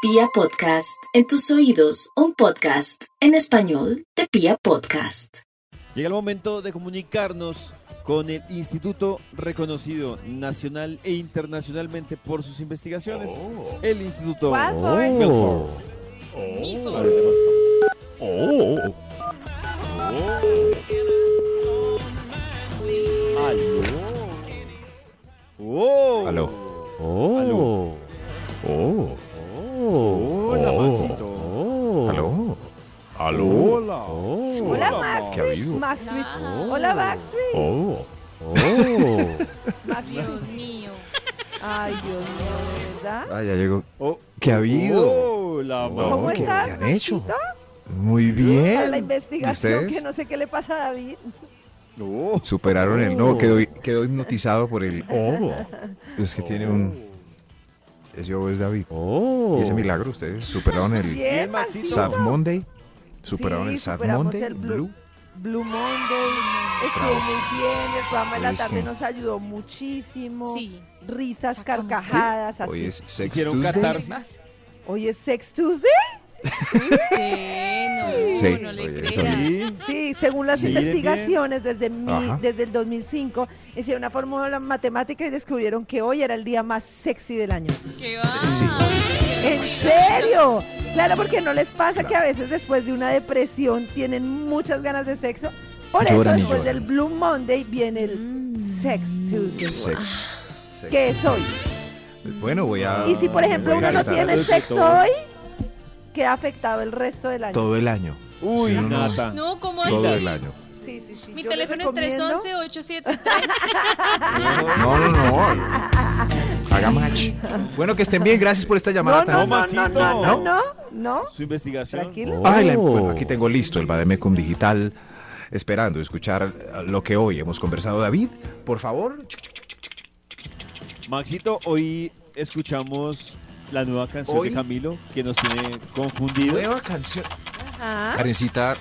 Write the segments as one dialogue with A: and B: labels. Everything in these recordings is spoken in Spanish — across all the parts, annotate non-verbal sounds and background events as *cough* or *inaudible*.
A: Pia Podcast, en tus oídos, un podcast en español de Pia Podcast.
B: Llega el momento de comunicarnos con el instituto reconocido nacional e internacionalmente por sus investigaciones, el Instituto
C: Oh.
D: Walford.
B: Belfort.
C: Oh.
B: ¡Oh!
C: Aló.
B: Aló.
C: Oh. Oh.
B: Hola, Maxito.
C: Aló. Oh. Aló. Oh.
B: Hola.
D: Hola,
B: Max.
C: ¿Qué ha habido?
D: Backstreet.
E: Hola.
D: Hola, Backstreet.
C: Oh.
D: Backstreet.
E: Dios mío.
D: Ay, Dios mío, ¿de verdad?
C: Ah, ya llegó.
B: Oh.
C: ¿Qué ha habido?
B: Hola,
C: Oh.
B: Max.
D: ¿Cómo
C: ¿qué-
D: estás,
C: qué han hecho?
D: Maxito?
C: Muy
D: A la
C: bien.
D: investigación
C: ¿Ustedes?
D: que no sé qué le pasa a David.
B: Oh.
C: Superaron el no, quedó, quedó hipnotizado por el oh. Es que tiene un ese oh es David. Oh. Y ese milagro ustedes superaron el
D: Bien,
B: Bien, Maxito.
D: Maxito.
C: Sad Monday. Superaron
D: Sí,
C: el Sad
D: superamos
C: Monday
D: el Blue.
C: Blue.
D: Blue Monday. Estuvo
C: Bravo.
D: muy bien. El programa de la
C: Es
D: tarde
C: que-
D: nos ayudó muchísimo.
E: Sí.
D: Risas,
E: Sacamos-
D: carcajadas,
C: Hoy
D: así.
C: es Sex
B: Hicieron
C: Tuesday.
B: catarsis.
E: Lágrimas.
D: Hoy es Sex Tuesday.
E: ¿Qué? No,
C: Sí.
E: no le
C: Oye,
E: creas.
C: eso es.
B: Sí.
D: Sí, según las
B: Sí, bien, bien.
D: investigaciones desde, mi-
C: Ajá.
D: desde el 2005, hicieron una fórmula matemática y descubrieron que hoy era el día más sexy del año.
E: ¿Qué va?
C: Sí. Pues,
D: ¿En serio? Claro, porque no les pasa que a veces después de una depresión tienen muchas ganas de sexo. Por eso
C: Lloran Mm. y
D: después
C: lloran.
D: del Blue Monday viene el Sex Tuesday,
C: Sex. Sex.
D: que es hoy.
C: Bueno, voy a
D: Y si por
C: voy
D: ejemplo
C: a
D: uno no
C: tratar
D: tiene
B: Claro,
D: sexo
B: todo.
D: hoy, queda afectado el resto del año.
C: todo el año.
B: Uy,
C: Sí, no, no.
B: Nata.
E: No, ¿cómo
C: Todo
E: así?
C: el año.
D: Sí, sí, sí.
E: Mi
D: Yo les
E: teléfono es
D: recomiendo-
E: 311-873.
C: No, no, no. Haga match. Bueno, que estén bien. Gracias por esta llamada
D: No,
C: tan...
D: no, no,
B: Maxito.
D: no, no, no, no, no.
B: Su investigación.
D: Tranquilo.
C: Ay, la- bueno, aquí tengo listo el Bademecum Digital, esperando escuchar eh, lo que hoy hemos conversado. David, por favor.
B: Maxito, hoy escuchamos la nueva canción
C: Hoy.
B: de Camilo que nos tiene confundidos.
C: Nueva canción.
D: Ajá.
C: Karencita,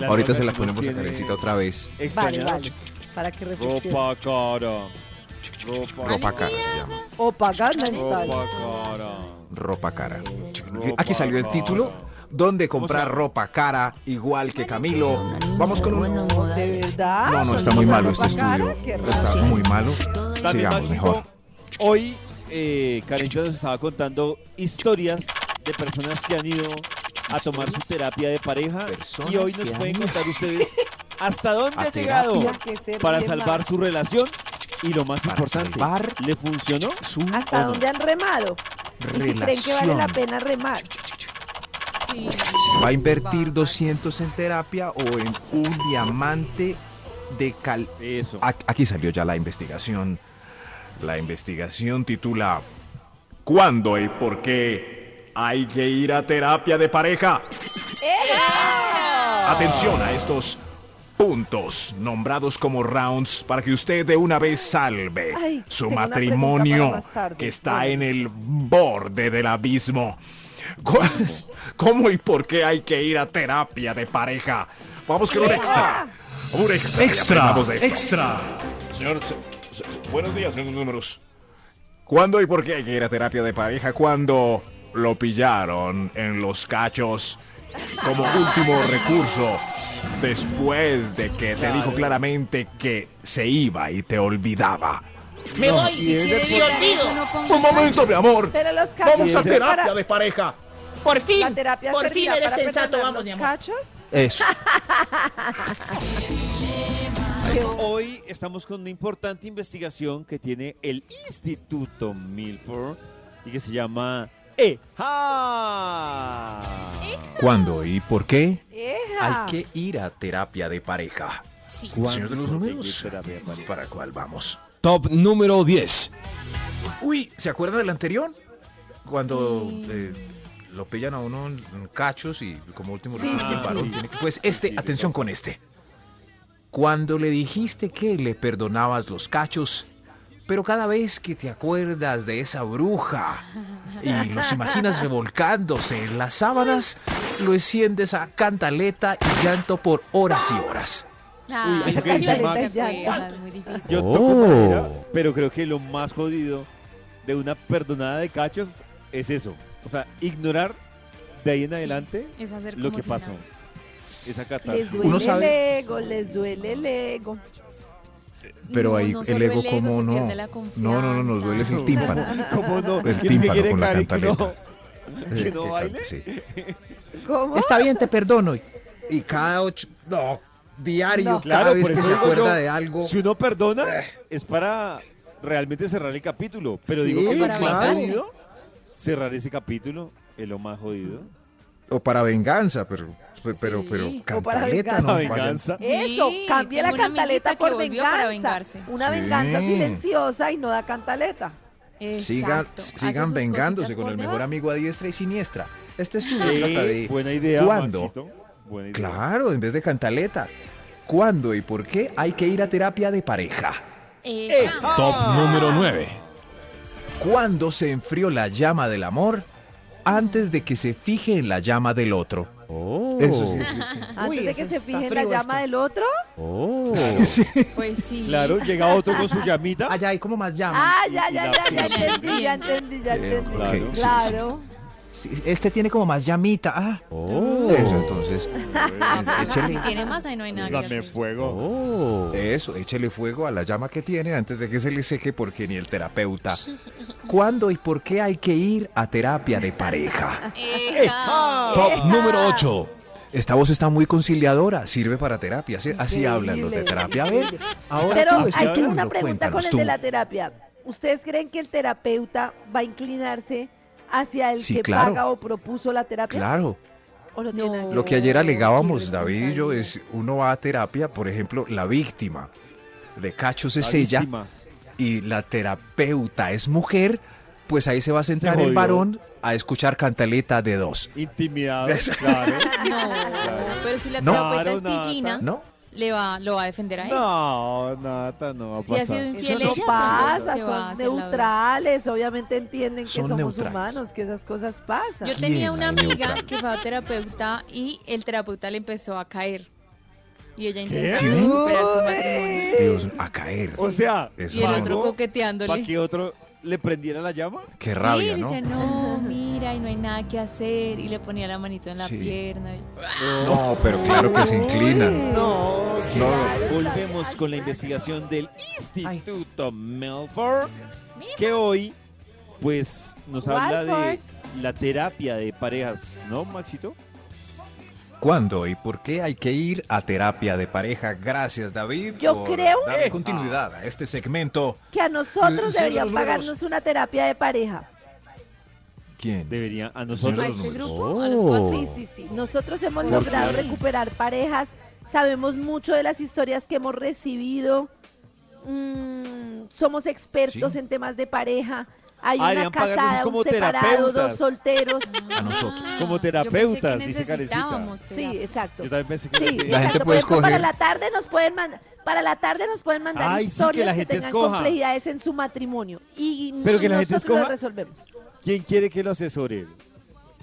B: La
C: ahorita
B: nueva
C: se la
B: canción nos
C: ponemos a
B: tiene
C: Karencita otra vez.
D: Vale,
B: extrañados.
D: vale. Para que reflexione.
B: Ropa cara. Ropa,
C: Ropa cara se llama.
D: O pagando en
B: Ropa cara.
C: Ropa cara.
B: Ropa
C: Aquí salió el
B: cara.
C: título. ¿Dónde comprar
B: sea-
C: ropa cara igual que Camilo? Vamos con un... Ah,
D: ¿De verdad?
C: No, no, está muy malo este
D: Cara,
C: estudio.
D: qué raro.
C: Está muy malo.
B: También,
C: Sigamos
B: Maxito,
C: mejor.
B: Hoy, eh, Karencita nos estaba contando historias de personas que han ido a tomar su terapia de pareja.
C: Personas
B: Y hoy nos
C: que han
B: pueden
C: ido.
B: contar ustedes hasta dónde
C: A
B: ha llegado
C: terapia.
D: Porque se
B: para
D: ríe
B: salvar
D: más.
B: su relación. Y lo más
C: Para
B: importante,
C: salvar
B: ¿le funcionó?
C: Su
D: ¿Hasta dónde han remado? Y si creen que vale la
C: relación.
D: pena remar.
E: Sí.
C: ¿Va a invertir
E: Va.
C: 200 en terapia o en un diamante de cal...
B: Eso.
F: Ah,
C: Ac- Aquí salió ya la investigación. La investigación titula ¿Cuándo y por qué hay que ir a terapia de pareja? Atención a estos puntos nombrados como rounds para que usted de una vez salve
D: Ay,
C: su
D: tengo una
C: matrimonio
D: pregunta para más tarde.
C: que está
D: Bueno.
C: en el borde del abismo. ¿Cu- ¿Cómo y por qué hay que ir a terapia de pareja? Vamos con un extra. Un extra. Extra. Extra. Señor, se- se- buenos días, señor números. ¿Cuándo y por qué hay que ir a terapia de pareja? Cuando lo pillaron en los cachos como último recurso. Después de que te dijo claramente que se iba y te olvidaba.
E: Me voy. Y olvido.
C: Un momento, mi amor.
D: Pero los cachos.
C: Vamos a
D: son
C: terapia
D: para-
C: de pareja.
G: Por fin,
D: La terapia
G: por fin
D: servirá
G: eres
D: para
G: sensato,
D: perdonar
G: vamos,
D: los
G: mi amor.
D: cachos.
C: Eso.
B: Pues Hoy estamos con una importante investigación que tiene el Instituto Milford y que se llama E EJA.
D: E
C: ¿Cuándo y por qué
D: Eja.
C: que ir a terapia de pareja?
E: Sí.
C: Señor de los números, ¿para cuál vamos?
H: Top número 10.
C: Uy, ¿se acuerdan del anterior? Cuando
E: Mm.
C: eh, lo pillan a uno en en cachos y como último
D: Sí,
C: recurso
D: sí,
C: el
D: sí.
C: varón tiene que... Pues
B: Sí,
C: este,
B: sí,
C: atención con este. Cuando le dijiste que le perdonabas los cachos, pero cada vez que te acuerdas de esa bruja y los
D: *laughs*
C: imaginas revolcándose en las sábanas, lo enciendes a cantaleta y llanto por horas y horas.
E: Claro,
B: eso que
E: no
D: dice
E: se
D: Max.
E: acuerda, es muy difícil.
C: Oh.
B: Yo toco madera, pero creo que lo más jodido de una perdonada de cachos es eso. O sea, ignorar de ahí en adelante
E: Es hacer
B: lo
E: como
B: que
E: si
B: pasó.
E: nada.
B: Es acatar.
D: Les
F: Uno
D: duele *laughs*
F: sabe-
D: el ego, les duele el ego.
F: Pero
E: No,
F: ahí
E: no
F: el
E: solo
F: ego, como
E: se
F: no.
E: pierde la
F: No, no, no, nos duele es el
E: confianza.
F: tímpano.
B: ¿Cómo no?
F: El
B: ¿Quién se
F: tímpano
B: quiere
F: con la
B: caer y que no-
F: Eh,
B: que no
F: eh,
B: baile?
F: sí.
D: ¿Cómo?
C: Está bien, te perdono. Y- Y cada ocho. No, diario,
D: No.
C: cada vez
B: por
C: que
B: eso
C: se
B: digo
C: acuerda
B: yo,
C: de algo.
B: Si uno
E: Eh.
B: perdona, es para realmente cerrar el capítulo. Pero digo
C: Sí,
B: que lo
E: para
B: más
E: vengarse.
B: jodido, cerrar ese capítulo es lo más jodido.
C: O para venganza, pero. Pero,
E: Sí.
C: pero,
E: O
D: para
C: cantaleta, no,
B: La
C: vayan-
B: venganza.
D: Eso,
E: Sí,
D: cambie la
E: tengo una
D: cantaleta
E: amiguita
D: por
E: que volvió para
D: venganza.
E: vengarse.
D: Una
C: Sí.
D: venganza silenciosa y no da cantaleta.
C: Sigan,
E: Exacto. Hace
C: sigan
E: sus
C: vengándose
E: cositas
C: con
E: por
C: el mejor
E: debajo.
C: amigo a diestra y siniestra. Este estudio
B: Sí, pues.
C: trata de.
B: Eh, buena idea,
C: ¿Cuándo?
B: Maxito. Buena idea.
C: Claro, en vez de cantaleta. ¿Cuándo y por qué hay que ir a terapia de pareja?
E: Exacto.
H: Top número 9.
C: ¿Cuándo se enfrió la llama del amor antes de que se fije en la llama del otro?
B: Oh.
C: Eso sí, sí, sí.
D: Antes
C: Uy,
D: de
C: eso
D: que se
C: está
D: fije en la
C: frío esto.
D: llama del otro.
C: Sí.
E: Pues sí.
B: Claro, llega otro con su llamita.
C: Allá hay como más llama.
D: Ah, ya,
B: Y
D: ya,
B: la
D: ya, ya
E: puse.
D: entendí, ya entendí, ya
C: Eh,
D: entendí.
C: ok,
B: sí, sí.
D: Claro.
C: Sí, Este tiene como más llamita. Ah. Eso entonces. *laughs*
E: Ah,
C: échale.
E: Si tiene más, ahí no hay nada. que
B: Dame
E: hacer.
B: fuego.
C: Oh. Eso, échele fuego a la llama que tiene antes de que se le seque porque ni el terapeuta. ¿Cuándo y por qué hay que ir a terapia de pareja?
B: Ah,
E: Ejá.
H: Top
D: Ah.
H: número 8.
C: Esta voz está muy conciliadora, sirve para terapia, así, así
D: Increíble.
C: hablan los de terapia.
D: *laughs*
C: A ver, ahora
D: Pero
C: tú, es tu
D: hay que
C: turno,
D: una pregunta con
C: cuéntanos
D: el
C: tú.
D: de la terapia. ¿Ustedes creen que el terapeuta va a inclinarse hacia el
C: Sí,
D: que
C: claro.
D: paga o propuso la terapia?
C: Claro,
D: ¿O no tiene nada
E: No.
C: lo que ayer alegábamos
E: qué
C: David y yo es, uno va a terapia, por ejemplo, la víctima de cacho se sella
B: Clarísima.
C: y la terapeuta es mujer, pues ahí se va a sentar el
B: jodió.
C: varón a escuchar cantaleta de dos.
B: Intimidado.
C: Eso.
B: Claro.
E: *laughs* No, pero si la
C: No.
E: terapeuta es
B: Claro,
E: pillina,
C: ¿No?
E: le va, lo va a defender a él.
B: No, Nata, no va a
E: Si ha sido
B: pasar.
E: infiel,
D: Eso
E: ella,
D: no
E: pues,
D: pasa,
E: se va a
D: son
E: hacer la dura.
D: neutrales, obviamente entienden que
C: Son
D: somos
C: neutrales.
D: humanos, que esas cosas pasan.
E: Yo
C: ¿Quién
E: tenía una
C: es
E: amiga
C: neutral?
E: que fue a terapeuta y el terapeuta le empezó a caer. Y ella intentó
C: ¿Sí?
E: recuperar su matrimonio.
C: Dios, a caer.
B: O sea,
C: Eso
E: Y el
C: no,
E: otro
C: no.
B: ¿para
E: coqueteándole.
B: que otro le prendiera la llama?
C: Qué rabia,
E: sí,
C: ¿no?
E: dice, no, mira, y no hay nada que hacer. Y le ponía la manito en la
C: Sí.
E: pierna. y-
C: No, pero claro que se inclinan.
B: No,
C: No.
B: Volvemos con la investigación del Instituto Melford, que hoy, pues, nos habla de la terapia de parejas, ¿no, Maxito?
C: ¿Cuándo y por qué hay que ir a terapia de pareja? Gracias, David.
D: Yo
C: por
D: creo-
C: darle continuidad a este segmento.
D: Que a
C: Eh,
D: nosotros deberían
C: señor,
D: pagarnos una terapia de pareja.
C: ¿Quién?
B: Debería, a
C: Señor
E: ¿A
C: de
B: nosotros.
C: los
E: este
C: números.
E: grupo? ¿A los cuatro?
D: Sí, sí, sí. Nosotros hemos logrado recuperar parejas, sabemos mucho de las historias que hemos recibido, mm, somos expertos
C: Sí.
D: en temas de pareja. Hay
B: Ah, deberían
D: una
B: pagarnos
D: casada,
B: como
D: un separado, dos
B: terapeutas.
D: solteros.
C: A nosotros.
B: Como
E: Ah, yo pensé que
B: terapeutas, dice
E: necesitábamos
D: Sí,
E: terapia.
D: exacto.
B: Yo también pensé que
D: Sí,
B: era que-
C: La gente
D: exacto. Por
C: puede
D: ejemplo, Para
C: escoger.
D: la tarde nos pueden mandar, para la tarde nos pueden mandar
B: Ay, sí, que
D: historias
B: la
D: que,
B: gente
D: tengan
B: escoja.
D: complejidades en su matrimonio y
B: Pero que la gente
D: nosotros
B: escoja.
D: lo resolvemos.
B: ¿Quién quiere que lo asesore?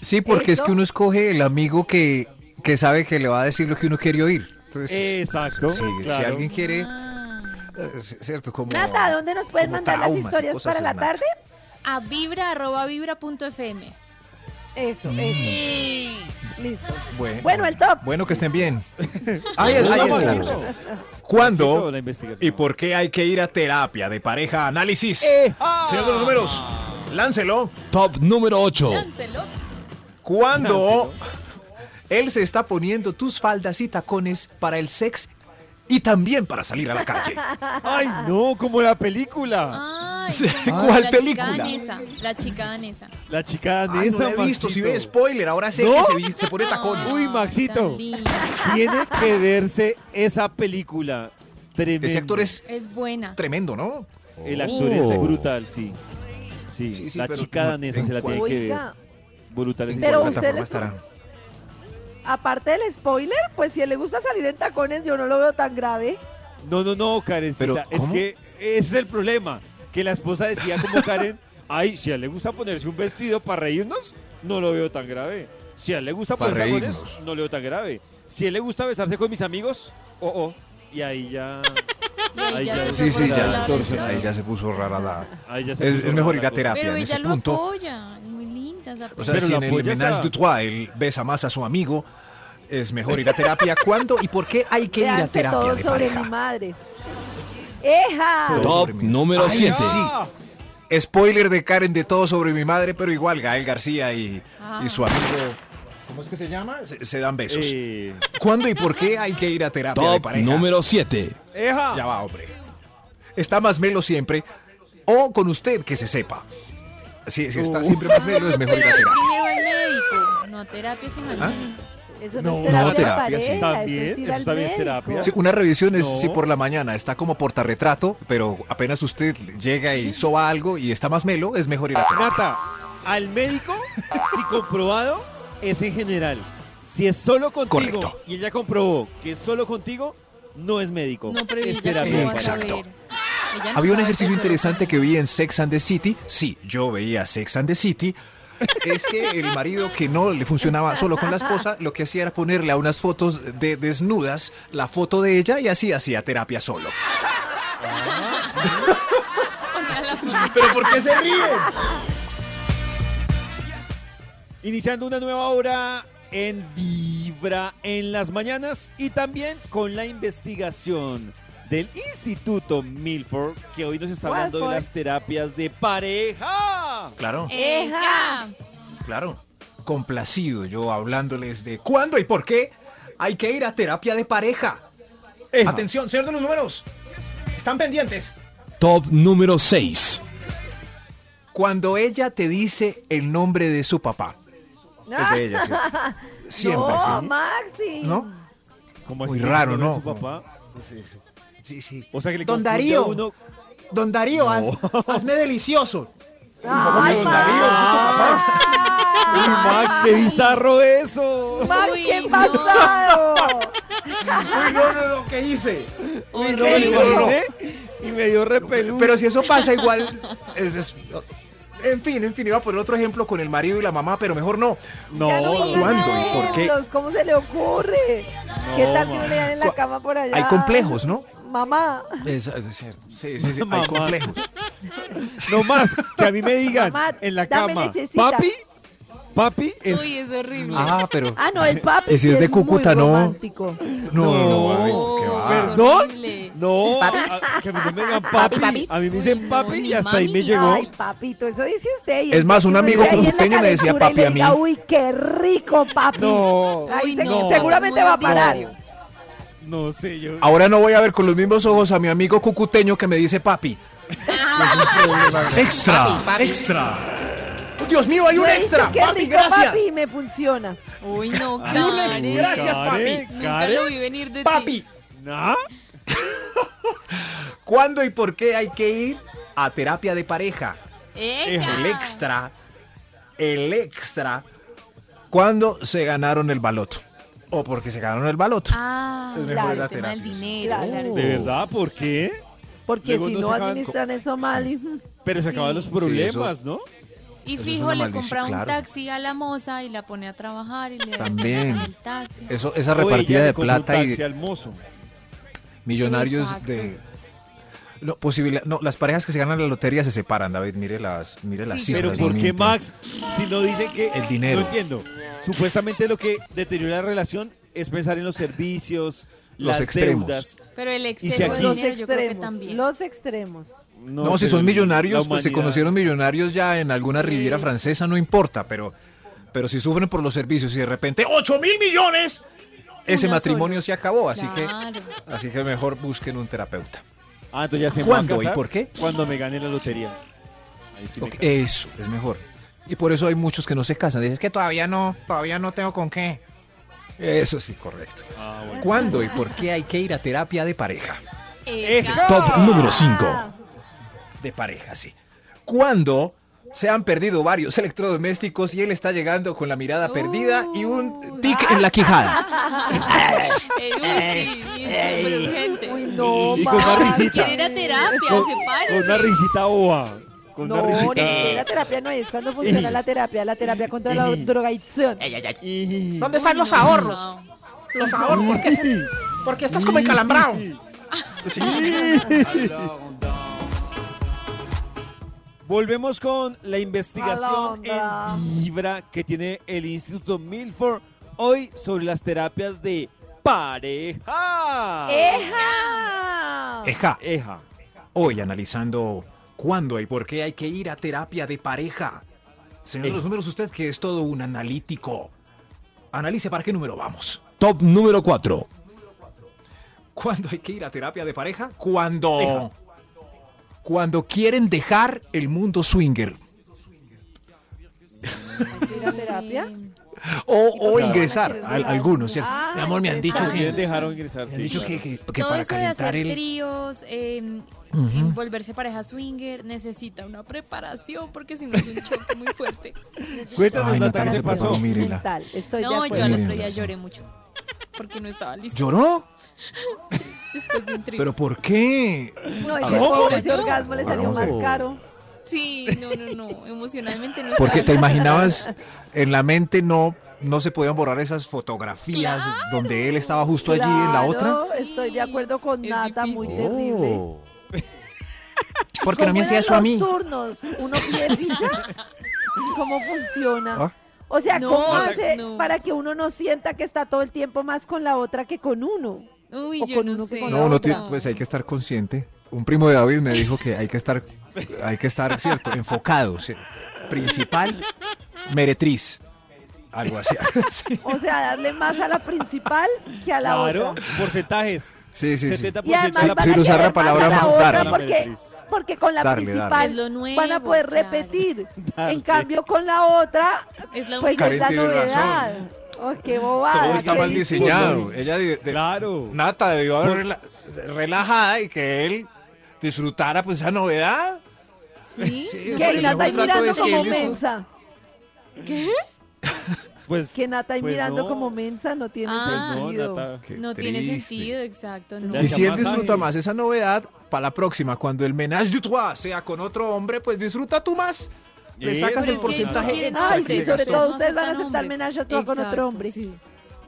C: Sí, porque es
D: Eso.
C: que uno escoge el amigo que, que sabe que le va a decir lo que uno quiere oír. Eh, Entonces,
B: Exacto.
C: si, si
B: claro.
C: alguien quiere,
E: Ah.
C: eh, es cierto, como...
D: Nata, ¿dónde nos pueden
C: como
D: mandar las
C: traumas y
D: historias
C: cosas
D: para la
C: es Nata.
D: tarde?
E: A vibra, arroba vibra.fm.
D: Eso, eso.
B: Mm.
D: Listo.
C: Bueno,
D: Bueno, el top.
C: Bueno, que estén bien. Ahí es-
B: Hola,
C: ahí estamos.
B: Maxito. Maxito,
F: ¿Cuándo
B: la investigación.
F: y por qué hay que ir a terapia de pareja análisis? Señor de los números, láncelo.
H: Top número
C: Oh.
H: 8.
E: Lancelot.
B: *laughs*
C: Cuando él se está poniendo tus faldas y tacones para el sex y también para salir a
B: *laughs*
C: la calle.
B: Ah, Ay, no, como la película.
E: Ay,
C: Sí,
E: como
C: ¿cuál
E: la
C: película?
E: Chica danesa, la chica danesa.
B: La chica
C: Ay,
B: danesa.
C: Ah, no la he visto, si
B: Maxito.
C: ve spoiler, ahora sé
B: ¿No?
C: que se, vi- se pone
B: *laughs*
C: tacones.
B: Uy,
E: Ay,
B: Maxito.
E: tan linda.
B: Tiene que verse esa película. Tremendo.
C: Ese actor es
E: Es buena.
C: tremendo, ¿no?
B: El actor es brutal, sí. Sí,
C: Sí, sí,
B: la
C: pero
B: chica
C: no-
B: danesa
C: en
B: se la
C: cuál-
B: tiene que ver.
D: Oiga,
B: Brutal. es
D: Pero
C: ¿En
B: importante.
C: qué
D: usted
C: plataforma
D: les-
C: estará?
D: aparte del spoiler, pues si le gusta salir en tacones, yo no lo veo tan grave.
B: No, no, no,
C: Pero,
B: Karencita. es
C: ¿cómo?
B: que ese es el problema. Que la esposa decía
C: *laughs*
B: como Karen, ay, si a él le gusta ponerse un vestido para reírnos, no lo veo tan grave. Si a él le gusta
C: Para
B: poner tacones,
C: reírnos.
B: no lo veo tan grave. Si a él le gusta besarse con mis amigos, oh, oh. Y ahí ya...
E: Y ahí
B: Ay,
E: ya
B: ya.
E: se
C: Sí, sí,
E: fue por otro
C: ya,
E: lado,
C: entonces,
E: ¿no?
C: ahí ya se puso rara la...
B: Ahí ya se
C: Es,
B: puso
C: es mejor
B: rara
C: ir a
B: la cosa.
C: terapia
E: Pero
C: en
E: ella
C: ese
E: lo
C: punto.
E: apoya. Muy lindo. bonitas.
C: O sea,
B: Pero
C: si
B: la
C: en el
B: polla
C: Ménage
B: está-
C: du Trois él besa más a su amigo, es mejor ir a terapia. ¿Cuándo y por qué hay que ir a
D: Véanse
C: terapia
D: todo
C: de
D: sobre
C: pareja?
D: mi madre. ¡Eja!
C: Todo
H: Top
C: sobre mí.
H: número
C: Ay,
H: 7.
B: Ah,
C: sí. Spoiler de Karen de todo sobre mi madre, pero igual Gael García y,
E: Ah.
C: y su amigo. ¿Cómo es que se llama? Se, se dan besos.
B: eh,
C: ¿Cuándo y por qué hay que ir a terapia de
H: Top
C: pareja?
H: número 7.
B: Eja.
C: Ya va, hombre. Está más melo siempre. O con usted que se sepa. Si, si
B: Uh.
C: está siempre más melo, es mejor ir
E: Pero
C: a
E: es
B: *laughs*
C: terapia.
E: primero al médico, no a terapia sino al
C: ¿Ah?
E: médico.
D: Eso no,
C: No,
D: es terapia,
C: no, terapia,
D: de
C: sí.
D: pareja,
B: También,
D: eso es ir
B: eso
D: al
B: también es
D: médico.
B: terapia.
C: Sí, una revisión es
B: No.
C: si por la mañana está como portarretrato, pero apenas usted llega y soba algo y está más melo, es mejor ir a terapia.
B: Nata, al médico, si comprobado, es en general. Si es solo contigo
C: Correcto.
B: y ella comprobó que es solo contigo, no es médico.
E: No, pero
B: es
E: ella
B: terapia.
E: cómo
B: de
E: va a
B: pareja.
E: saber.
C: Exacto.
E: Ella no
C: Había un
E: sabe
C: ejercicio
E: solo
C: interesante
E: con
C: que
E: *laughs* él.
C: vi en Sex and the City. Sí, yo veía Sex and the City. Es que el marido que no le funcionaba solo con la esposa, lo que hacía era ponerle a unas fotos de desnudas la foto de ella y así hacía terapia solo.
E: Ponía la foto.
F: ¿Pero por qué se ríen?
B: Iniciando una nueva hora en Vibra en las mañanas y también con la investigación del Instituto Milford, que hoy nos está hablando de
D: Milford.
B: las terapias de pareja.
C: Claro,
E: Eja.
C: claro. Complacido yo hablándoles de cuándo y por qué hay que ir a terapia de pareja.
F: Atención, señor de los números. Están pendientes.
H: Top número 6.
C: Cuando ella te dice el nombre de su papá. Es de ella, sí. Siempre,
D: no,
C: sí.
D: Ah, Maxi.
C: ¿No?
B: Como
C: Muy raro, ¿no?
B: Su papá.
C: Sí, sí.
B: O sea que le
F: Don
B: confunde a
F: Darío.
B: uno
F: Don Darío, haz- hazme delicioso.
D: Ay,
F: Don Darío, ¿es tu papá?
B: ¡Uy, Max, qué bizarro eso!
D: Max,
E: Uy,
D: qué
E: no.
D: pasado.
F: Uy, no, no, no, ¿qué hice?
E: Horrible.
B: Me
C: hizo el
B: imaginé Y me dio repelú.
C: Pero si eso pasa igual, es- es- en fin, en fin, iba a poner otro ejemplo con el marido y la mamá, pero mejor no.
B: no,
D: Ya no digan
C: ¿cuándo y por qué?
D: ejemplos, ¿Cómo se le ocurre? ¿Qué tal que no le dan en la
C: Cu-
D: cama por allá?
C: Hay complejos, ¿no?
D: Mamá.
C: Es, cierto. Sí, sí, sí,
B: Mamá.
C: hay complejos.
B: no más. Que a mí me digan
D: Mamá,
B: en la
D: dame
B: cama.
D: lechecita.
B: Papi, papi, es-
E: Uy, es horrible.
C: Ah, pero
D: Ah,
C: *laughs*
D: no, el papi.
C: Ese Eh, es
D: sí
C: de
D: muy
C: Cúcuta, ¿no?
D: romántico.
C: no, no, Oh, no,
E: No,
C: ay, qué va.
E: es
B: ¿Perdón?
E: horrible.
B: No, a- que a mí no me digan papi.
D: papi.
B: A mí me
E: Uy,
B: dicen
E: no,
B: papi y
E: ni
B: hasta ahí
E: mami
B: me
E: ni
B: llegó.
D: Ay, papito, eso dice usted. y
C: Es
D: el
C: más,
D: que
C: un
D: uno
C: amigo
D: dice ahí en la
C: cucuteño me decía
D: calentura y
C: papi
D: le
C: a mí.
D: diga, Uy, qué rico, papi.
B: No,
D: Ay,
E: Uy,
D: se-
E: no,
D: seguramente
E: muy
D: va a parar.
E: ordinario.
B: no sé yo.
C: Ahora no voy a ver con los mismos ojos a mi amigo cucuteño que me dice papi.
H: Extra.
F: Extra. Dios mío, hay un
D: Yo he
F: extra.
D: dicho, "Qué
F: Papi,
D: rico,
F: gracias.
D: Papi, y me funciona.
E: Uy, no,
B: Ay,
E: Karen.
F: gracias,
B: Karen,
E: Nunca
B: Karen,
E: lo vi venir de ti.
F: Papi.
B: ¿nah?
C: *laughs* ¿Cuándo y por qué hay que ir a terapia de pareja?
E: Eja.
C: El extra, el extra, cuando se ganaron el baloto. O porque se ganaron el baloto.
E: Ah,
C: Es mejor
E: claro,
C: la
E: el tema del
C: terapia, sí.
E: dinero.
D: Claro.
E: claro.
B: ¿De verdad? ¿Por qué?
D: Porque
B: Luego
D: si
B: no
D: no
B: se acaban
D: administran eso mal. *laughs* y-
B: Pero se acaban los
E: Sí,
B: problemas, ¿no?
E: Y
C: Eso es
E: fijo,
C: una
E: le
C: maldición,
E: compra un
C: claro.
E: taxi a la moza y la pone a trabajar y le da
C: También.
E: plata al taxi.
C: Eso, esa
B: O ella
C: repartida
B: le
C: de
B: compra un
C: plata y
B: taxi al mozo.
C: millonarios de... No, posibilidad, no, las parejas que se ganan la lotería se separan, David. Mire las, mire las
E: Sí,
C: cifras.
B: Pero
C: no
B: ¿por qué
C: mienten.
B: Max? Si no dicen que...
C: El dinero.
B: No entiendo. Supuestamente lo que deteriora la relación es pensar en los servicios,
C: Los
B: las
C: extremos.
B: deudas.
E: Pero el
B: si
E: exceso de
B: aquí-
E: dinero
D: Los
E: yo creo que
D: extremos.
E: también.
D: Los extremos.
C: No, si
B: pero
C: son millonarios,
B: la
C: pues se
B: humanidad-
C: conocieron millonarios ya en alguna riviera francesa, no importa, pero, pero si sufren por los servicios y de repente
F: ¡8 mil millones!
C: ese
E: Uno
C: matrimonio
E: solo.
C: se acabó, así que
E: Claro.
C: así que mejor busquen un terapeuta.
B: Ah, entonces ya se me va a
C: ¿Cuándo y
B: casar
C: por qué?
B: Cuando me gane la lotería. Ahí sí me
C: Ok, Eso es mejor. Y por eso hay muchos que no se casan. Dices que todavía no, todavía no tengo con qué. Eso sí, correcto.
B: caso. Ah, bueno.
C: ¿Cuándo y por qué hay que ir a terapia de pareja?
E: Eja.
H: Top número 5.
C: De pareja, sí. ¿Cuándo se han perdido varios electrodomésticos y él está llegando con la mirada perdida y un
E: Uh.
C: tic en la quijada?
E: *laughs* Ey, uy, sí, sí, es súper urgente.
D: Uy, no,
B: Y con una
D: Maxi.
B: risita.
E: Quiere ir a terapia,
B: Con, con
E: sepárese.
B: una risita boba. Con
D: No,
B: una
D: no,
B: risita...
D: la terapia no es. ¿Cuándo funciona la terapia? La terapia contra la
C: Eh.
D: drogadicción.
E: Eh.
B: Y-
F: ¿Dónde están
E: Uy,
F: los
E: no,
F: ahorros?
E: no.
F: Los ahorros, ¿por qué? Porque estás como encalambrado.
C: Sí, sí.
B: *laughs* Volvemos con la investigación
D: Mala onda.
B: en Vibra que tiene el Instituto Milford hoy sobre las terapias de pareja.
D: Eh. ¡Eja!
C: Eja,
B: Eja.
C: hoy analizando cuándo y por qué hay que ir a terapia de pareja. Señor de los números, usted que es todo un analítico. Analice para qué número vamos.
H: Top número 4.
C: ¿Cuándo hay que ir a terapia de pareja? Cuando. Cuando quieren dejar el mundo swinger.
D: ¿La terapia?
C: O,
D: ¿Y por
C: o
D: qué van a
C: ingresar,
D: querer
C: al-
D: dejar?
C: algunos, ¿cierto?
D: Ah,
C: Mi amor, me han dicho
D: ingresar.
C: que.
B: ¿Quién dejaron ingresar?
C: me han
B: Sí,
C: dicho
B: claro.
C: que, que- que
E: Todo
C: para
E: eso de
C: calentar
E: hacer
C: el.
E: tríos, eh,
C: Ujú.
E: en volverse pareja swinger, necesita una preparación porque si no es un choque muy
C: *laughs*
E: fuerte.
B: Cuéntanos,
C: Ay,
B: Nata,
C: Natalia,
B: ¿qué
C: se
B: te
C: preparó,
B: pasó?
C: mírela.
D: Mental, Estoy de
E: No, yo
D: acuerdo.
E: al
C: Tiene
E: otro día
C: razón.
E: lloré mucho porque no estaba lista
C: ¿Lloró?
E: después de un trío.
C: ¿Pero por qué?
D: No, ese
E: ver.
D: pobre, ese
E: No.
D: orgasmo le salió
C: Vamos a
D: más
C: ver.
D: caro.
E: Sí, no, no, no, emocionalmente no
C: Porque te
E: estaba lista.
C: imaginabas en la mente no no se podían borrar esas fotografías donde él estaba justo allí en la otra. Oh.
D: Claro, Estoy de acuerdo con
E: Sí, es
D: Nata, muy
E: difícil.
D: terrible.
C: Porque no me
D: ¿Cómo
C: hacía
D: eran
C: eso a
D: los
C: mí.
D: turnos? ¿Uno pide ficha? ¿Cómo funciona?
C: Ah.
D: O sea,
E: No,
D: ¿cómo
E: Nata,
D: hace
E: no.
D: para que uno no sienta que está todo el tiempo más con la otra que con uno?
E: Uy,
D: o
E: yo
D: con
E: no
D: uno que
E: sé.
D: con
C: No, no
D: otra.
C: tiene- pues hay que estar consciente. Un primo de David me dijo que hay que estar hay que estar cierto, enfocado, sí. principal meretriz. Algo así. *laughs* Sí,
D: O sea, darle más a la principal que a la
B: Claro,
D: otra.
B: porcentajes.
C: sí, sí, sí.
B: 70%
D: Y además
B: de la
C: van a sin usar la
D: querer más a
C: palabra
D: la
C: mandar.
D: otra porque,
B: Meretriz.
D: porque con la
C: Darle,
D: principal
E: darle. Es lo
D: van a
E: nuevo,
D: poder
E: claro.
B: *laughs*
D: repetir.
B: Darle.
D: En cambio, con la otra,
E: Es la
D: pues
E: única
C: Karen
D: es la
C: tiene
D: novedad. Oh, qué bobada.
C: Todo está
D: qué
C: mal
D: disgusto.
C: diseñado. Ella de- de-
B: Claro.
C: Nata debió haber rela- relajada y que él disfrutara pues esa novedad.
E: Sí,
C: Sí,
E: no,
C: es
D: Que
E: pero
C: el
D: Nata
E: yo
D: ahí
C: mejor trato
D: mirando
E: pensaba-
C: es que
D: como
C: él hizo-
D: mensa.
E: ¿Qué?
B: Pues,
D: Que Nata ahí
B: pues
D: mirando
B: no,
D: como mensa no tiene
E: Ah.
B: pues no,
D: sentido.
B: Nata.
C: Qué
E: No tiene
C: triste.
E: sentido, exacto. No.
C: Y si él
B: Masaje.
C: disfruta más esa novedad, para la próxima, cuando el menage du trois sea con otro hombre, pues disfruta tú más. Le
B: Eso,
C: sacas el
E: Pero es que
C: porcentaje
E: no quieren
C: extra
D: Ay,
C: que
D: Ah, sí,
C: le
D: sobre
C: gastó.
D: todo
E: No
D: ustedes van a
E: aceptan
D: aceptar
E: hombres.
D: menage a todo con otro
E: Exacto,
D: hombre.
E: sí.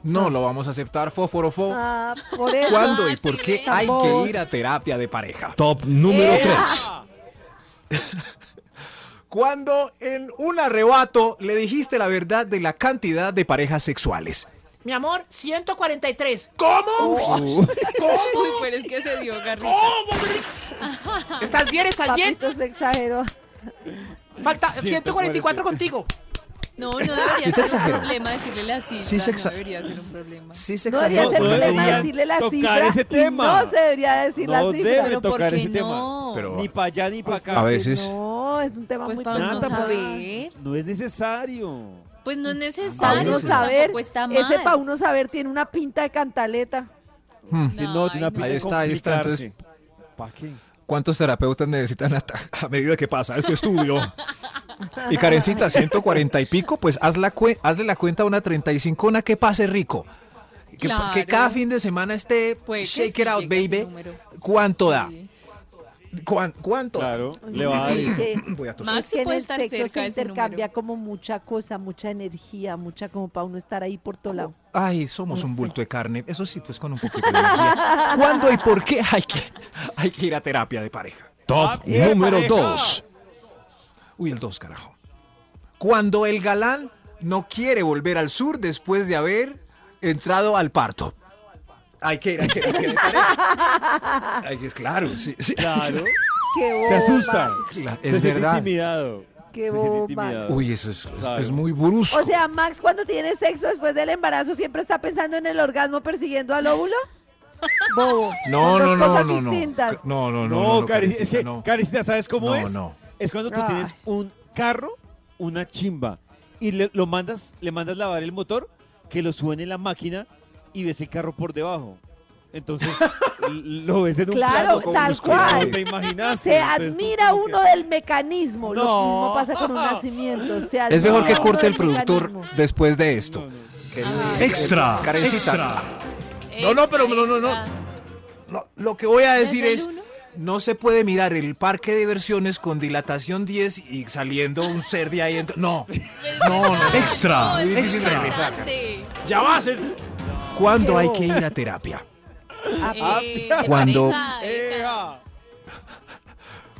C: No lo vamos a aceptar, fósforofo.
D: Ah, por eso.
C: ¿Cuándo y
E: Ah,
C: por
E: sí,
C: qué
E: ve.
C: hay que
D: Tambor.
C: ir a terapia de pareja?
H: Top número
D: Eh.
H: 3.
C: *laughs* Cuando en un arrebato le dijiste la verdad de la cantidad de parejas sexuales.
G: Mi amor, 143.
D: Oh.
C: ¿Cómo?
E: Uy, pero es que se dio garrita.
G: ¿Estás bien? ¿Estás bien?
D: Papito se exageró.
G: Falta
B: 144
G: 144 contigo.
E: No, no debería
C: *laughs* Sí se
E: ser
C: exageró.
E: un problema decirle la cifra.
C: Sí se exa-
E: No debería ser un problema.
C: Sí,
D: No debería
B: No,
D: ser
B: no
D: problema
B: deberían
D: decirle la
B: tocar
D: cifra.
B: ese
D: y
B: tema.
D: No se debería decir la
B: No
D: cifra.
B: debe Pues
E: Pero ¿por
B: tocar
E: qué
B: ese tema.
E: no?
C: Pero-
B: Ni para allá ni para acá.
C: A veces.
D: No, es un tema
E: Pues
D: muy
E: para no
B: Nata,
D: personal.
E: saber.
B: No es necesario.
E: Pues no es
D: Para
E: necesario.
C: Claro,
D: uno saber,
E: Tampoco está mal.
D: ese para uno saber tiene una pinta de cantaleta.
B: Sí, no,
E: Ay,
B: tiene una
E: no.
B: pinta
C: Ahí
B: de
C: está, ahí está, entonces-
B: complicarse. ¿Pa' qué?
C: ¿Cuántos terapeutas necesitan a, *laughs* a medida que pasa este estudio? Y Karencita, 140 y pico, pues haz la cue- hazle la cuenta a una 35 una que pase rico. Que,
E: Claro.
C: que cada fin de semana esté
E: Puede Pues que
C: shake
E: sí
C: it out,
E: llegue ese
C: baby.
E: número.
C: ¿Cuánto da?
E: Sí.
C: ¿Cuán- ¿Cuánto? da?
B: Claro, le va a dar.
D: eh,
B: *laughs*
D: Es que-
C: Voy a tosar.
E: Maxi
D: es que en
E: puede
D: el
E: estar
D: sexo
E: cerca
D: se
E: de ese
D: intercambia
E: número.
D: como mucha cosa, mucha energía, mucha como para uno estar ahí por todo lado.
C: Ay, somos
D: No
C: un
D: sé.
C: bulto de carne. Eso sí, pues con un poquito de energía. ¿Cuándo y por qué hay que, hay que ir a terapia de pareja?
H: Top
B: Papi de
H: número
B: pareja.
H: 2.
C: Uy, el 2, carajo. Cuando el galán no quiere volver al sur después de haber entrado al parto. Hay que ir, hay que ir, hay que ir. Hay que- es claro, sí, sí.
D: *laughs*
B: Claro.
D: ¡Qué boba!
B: Se asusta.
C: Cla-
B: se
C: Es
B: siente
C: verdad.
B: intimidado.
D: ¡Qué
B: Se siente
D: boba!
B: intimidado.
C: Uy, eso es, es-
B: Claro.
C: es muy brusco.
D: O sea, Max cuando tiene sexo después del embarazo siempre está pensando en el orgasmo persiguiendo al óvulo. Bobo.
C: no, no,
D: Son dos
C: no,
D: cosas
C: no, no.
D: distintas.
C: No, no, no,
B: No, Cari-
C: no,
B: es
C: Karencita,
B: que,
C: no.
B: Karencita, ¿sabes cómo
C: No,
B: es?
C: no.
B: Es cuando tú
D: Ay.
B: tienes un carro, una chimba, y le, lo mandas, le mandas lavar el motor, que lo suene la máquina y ves el carro por debajo. Entonces, *laughs* l- lo ves en un
D: Claro,
B: plano como
D: tal
B: un oscuro,
D: cual.
B: No te imaginaste.
D: Se
B: Entonces, tú
D: admira
B: como que-
D: uno del mecanismo. Lo
B: No.
D: mismo pasa con un nacimiento. se
C: Es mejor que
D: admira uno
C: corte el
D: del
C: productor
D: mecanismo.
C: después de
B: No,
C: esto. Ah.
B: no.
H: Extra.
C: Karencita.
H: Extra.
C: No, no, pero no, no, no.
E: Extra.
C: Lo, lo que voy a decir
E: ¿Desde el
C: es,
E: uno?
C: no se puede mirar el parque de diversiones con dilatación 10 y saliendo un ser de ahí. ent- No. No, no.
H: Extra.
E: No, Pues es Eh,
C: Extra.
E: interesante.
C: Ya va a ser. ¿Cuándo
D: Qué
C: hay
D: bobo.
C: que ir a terapia?
E: Eh,
C: Cuando-
E: pareja, eh,
B: ¡Eja!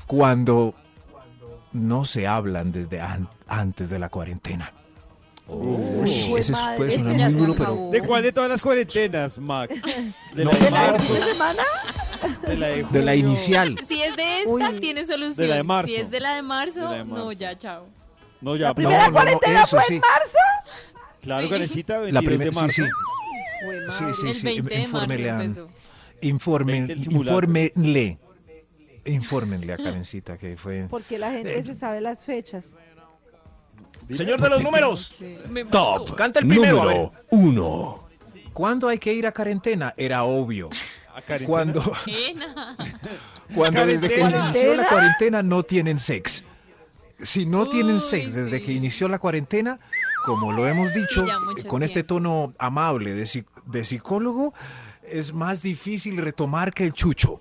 C: Cuando no se hablan desde an- antes de la cuarentena.
D: Uy,
C: ese es-
D: madre,
C: puede
D: es que
C: sonar
D: ya
C: muy
D: se
C: duro, pero-
D: acabó.
B: ¿De cuál de todas las cuarentenas,
C: *laughs*
B: Max? ¿De
C: No,
B: la de
D: ¿De la
B: marzo?
D: última semana?
B: ¿De la de
C: De la
B: junio?
C: inicial.
E: Si es de esta,
D: Uy.
E: tiene solución.
B: De la de marzo.
E: Si es de la de marzo,
B: De la de
E: no,
B: marzo.
E: ya, chao.
B: No, ya,
D: ¿La primera
C: no, no,
D: cuarentena
C: eso
D: fue
C: sí.
D: en marzo?
B: claro,
E: Sí.
B: Karencita, 22
C: La
B: de
C: primera, sí,
B: marzo.
C: sí.
D: Uy,
C: Sí,
D: madre.
C: sí,
E: el
C: sí.
E: 20 de marzo
C: Infórmele, a-
E: empezó.
C: informen-
B: Veinte el simulacro.
C: infórmenle. Infórmenle a Karencita que fue.
D: Porque la gente se sabe las fechas.
F: Señor
B: *laughs*
F: de los números.
E: Sí. Me mató.
H: Top.
F: Canta el primero, a
H: Número 1.
C: ¿Cuándo hay que ir a cuarentena? Era obvio.
B: *laughs* ¿A Karencita?
C: Cuando,
E: ¿Qué? Nah.
C: cuando desde que
B: ¿Cuarentena?
C: inició la cuarentena no tienen sex. Si no tienen
E: Uy,
C: sex desde
E: sí.
C: que inició la cuarentena, como lo hemos dicho,
E: ya mucho
C: con este
E: tiempo.
C: tono amable de, psi- de psicólogo, es más difícil retomar que el chucho.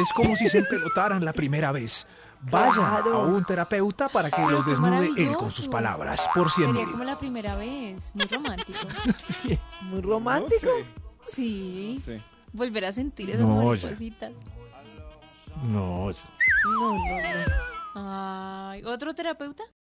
C: Es como si se empelotaran la primera vez. Vayan
D: Claro.
C: a un terapeuta para que
E: Pero
C: los
E: Ah, qué
C: desnude él con sus
E: maravilloso.
C: palabras, por cien
E: Sería
C: mil.
E: como la primera vez. Muy romántico.
C: *laughs* Sí.
D: Muy
B: No
D: romántico.
B: sé,
E: Sí.
B: no sé.
E: Volver a sentir esas
C: No,
E: maripositas.
C: No,
D: No, no, no.
E: Ay, ¿Otro terapeuta?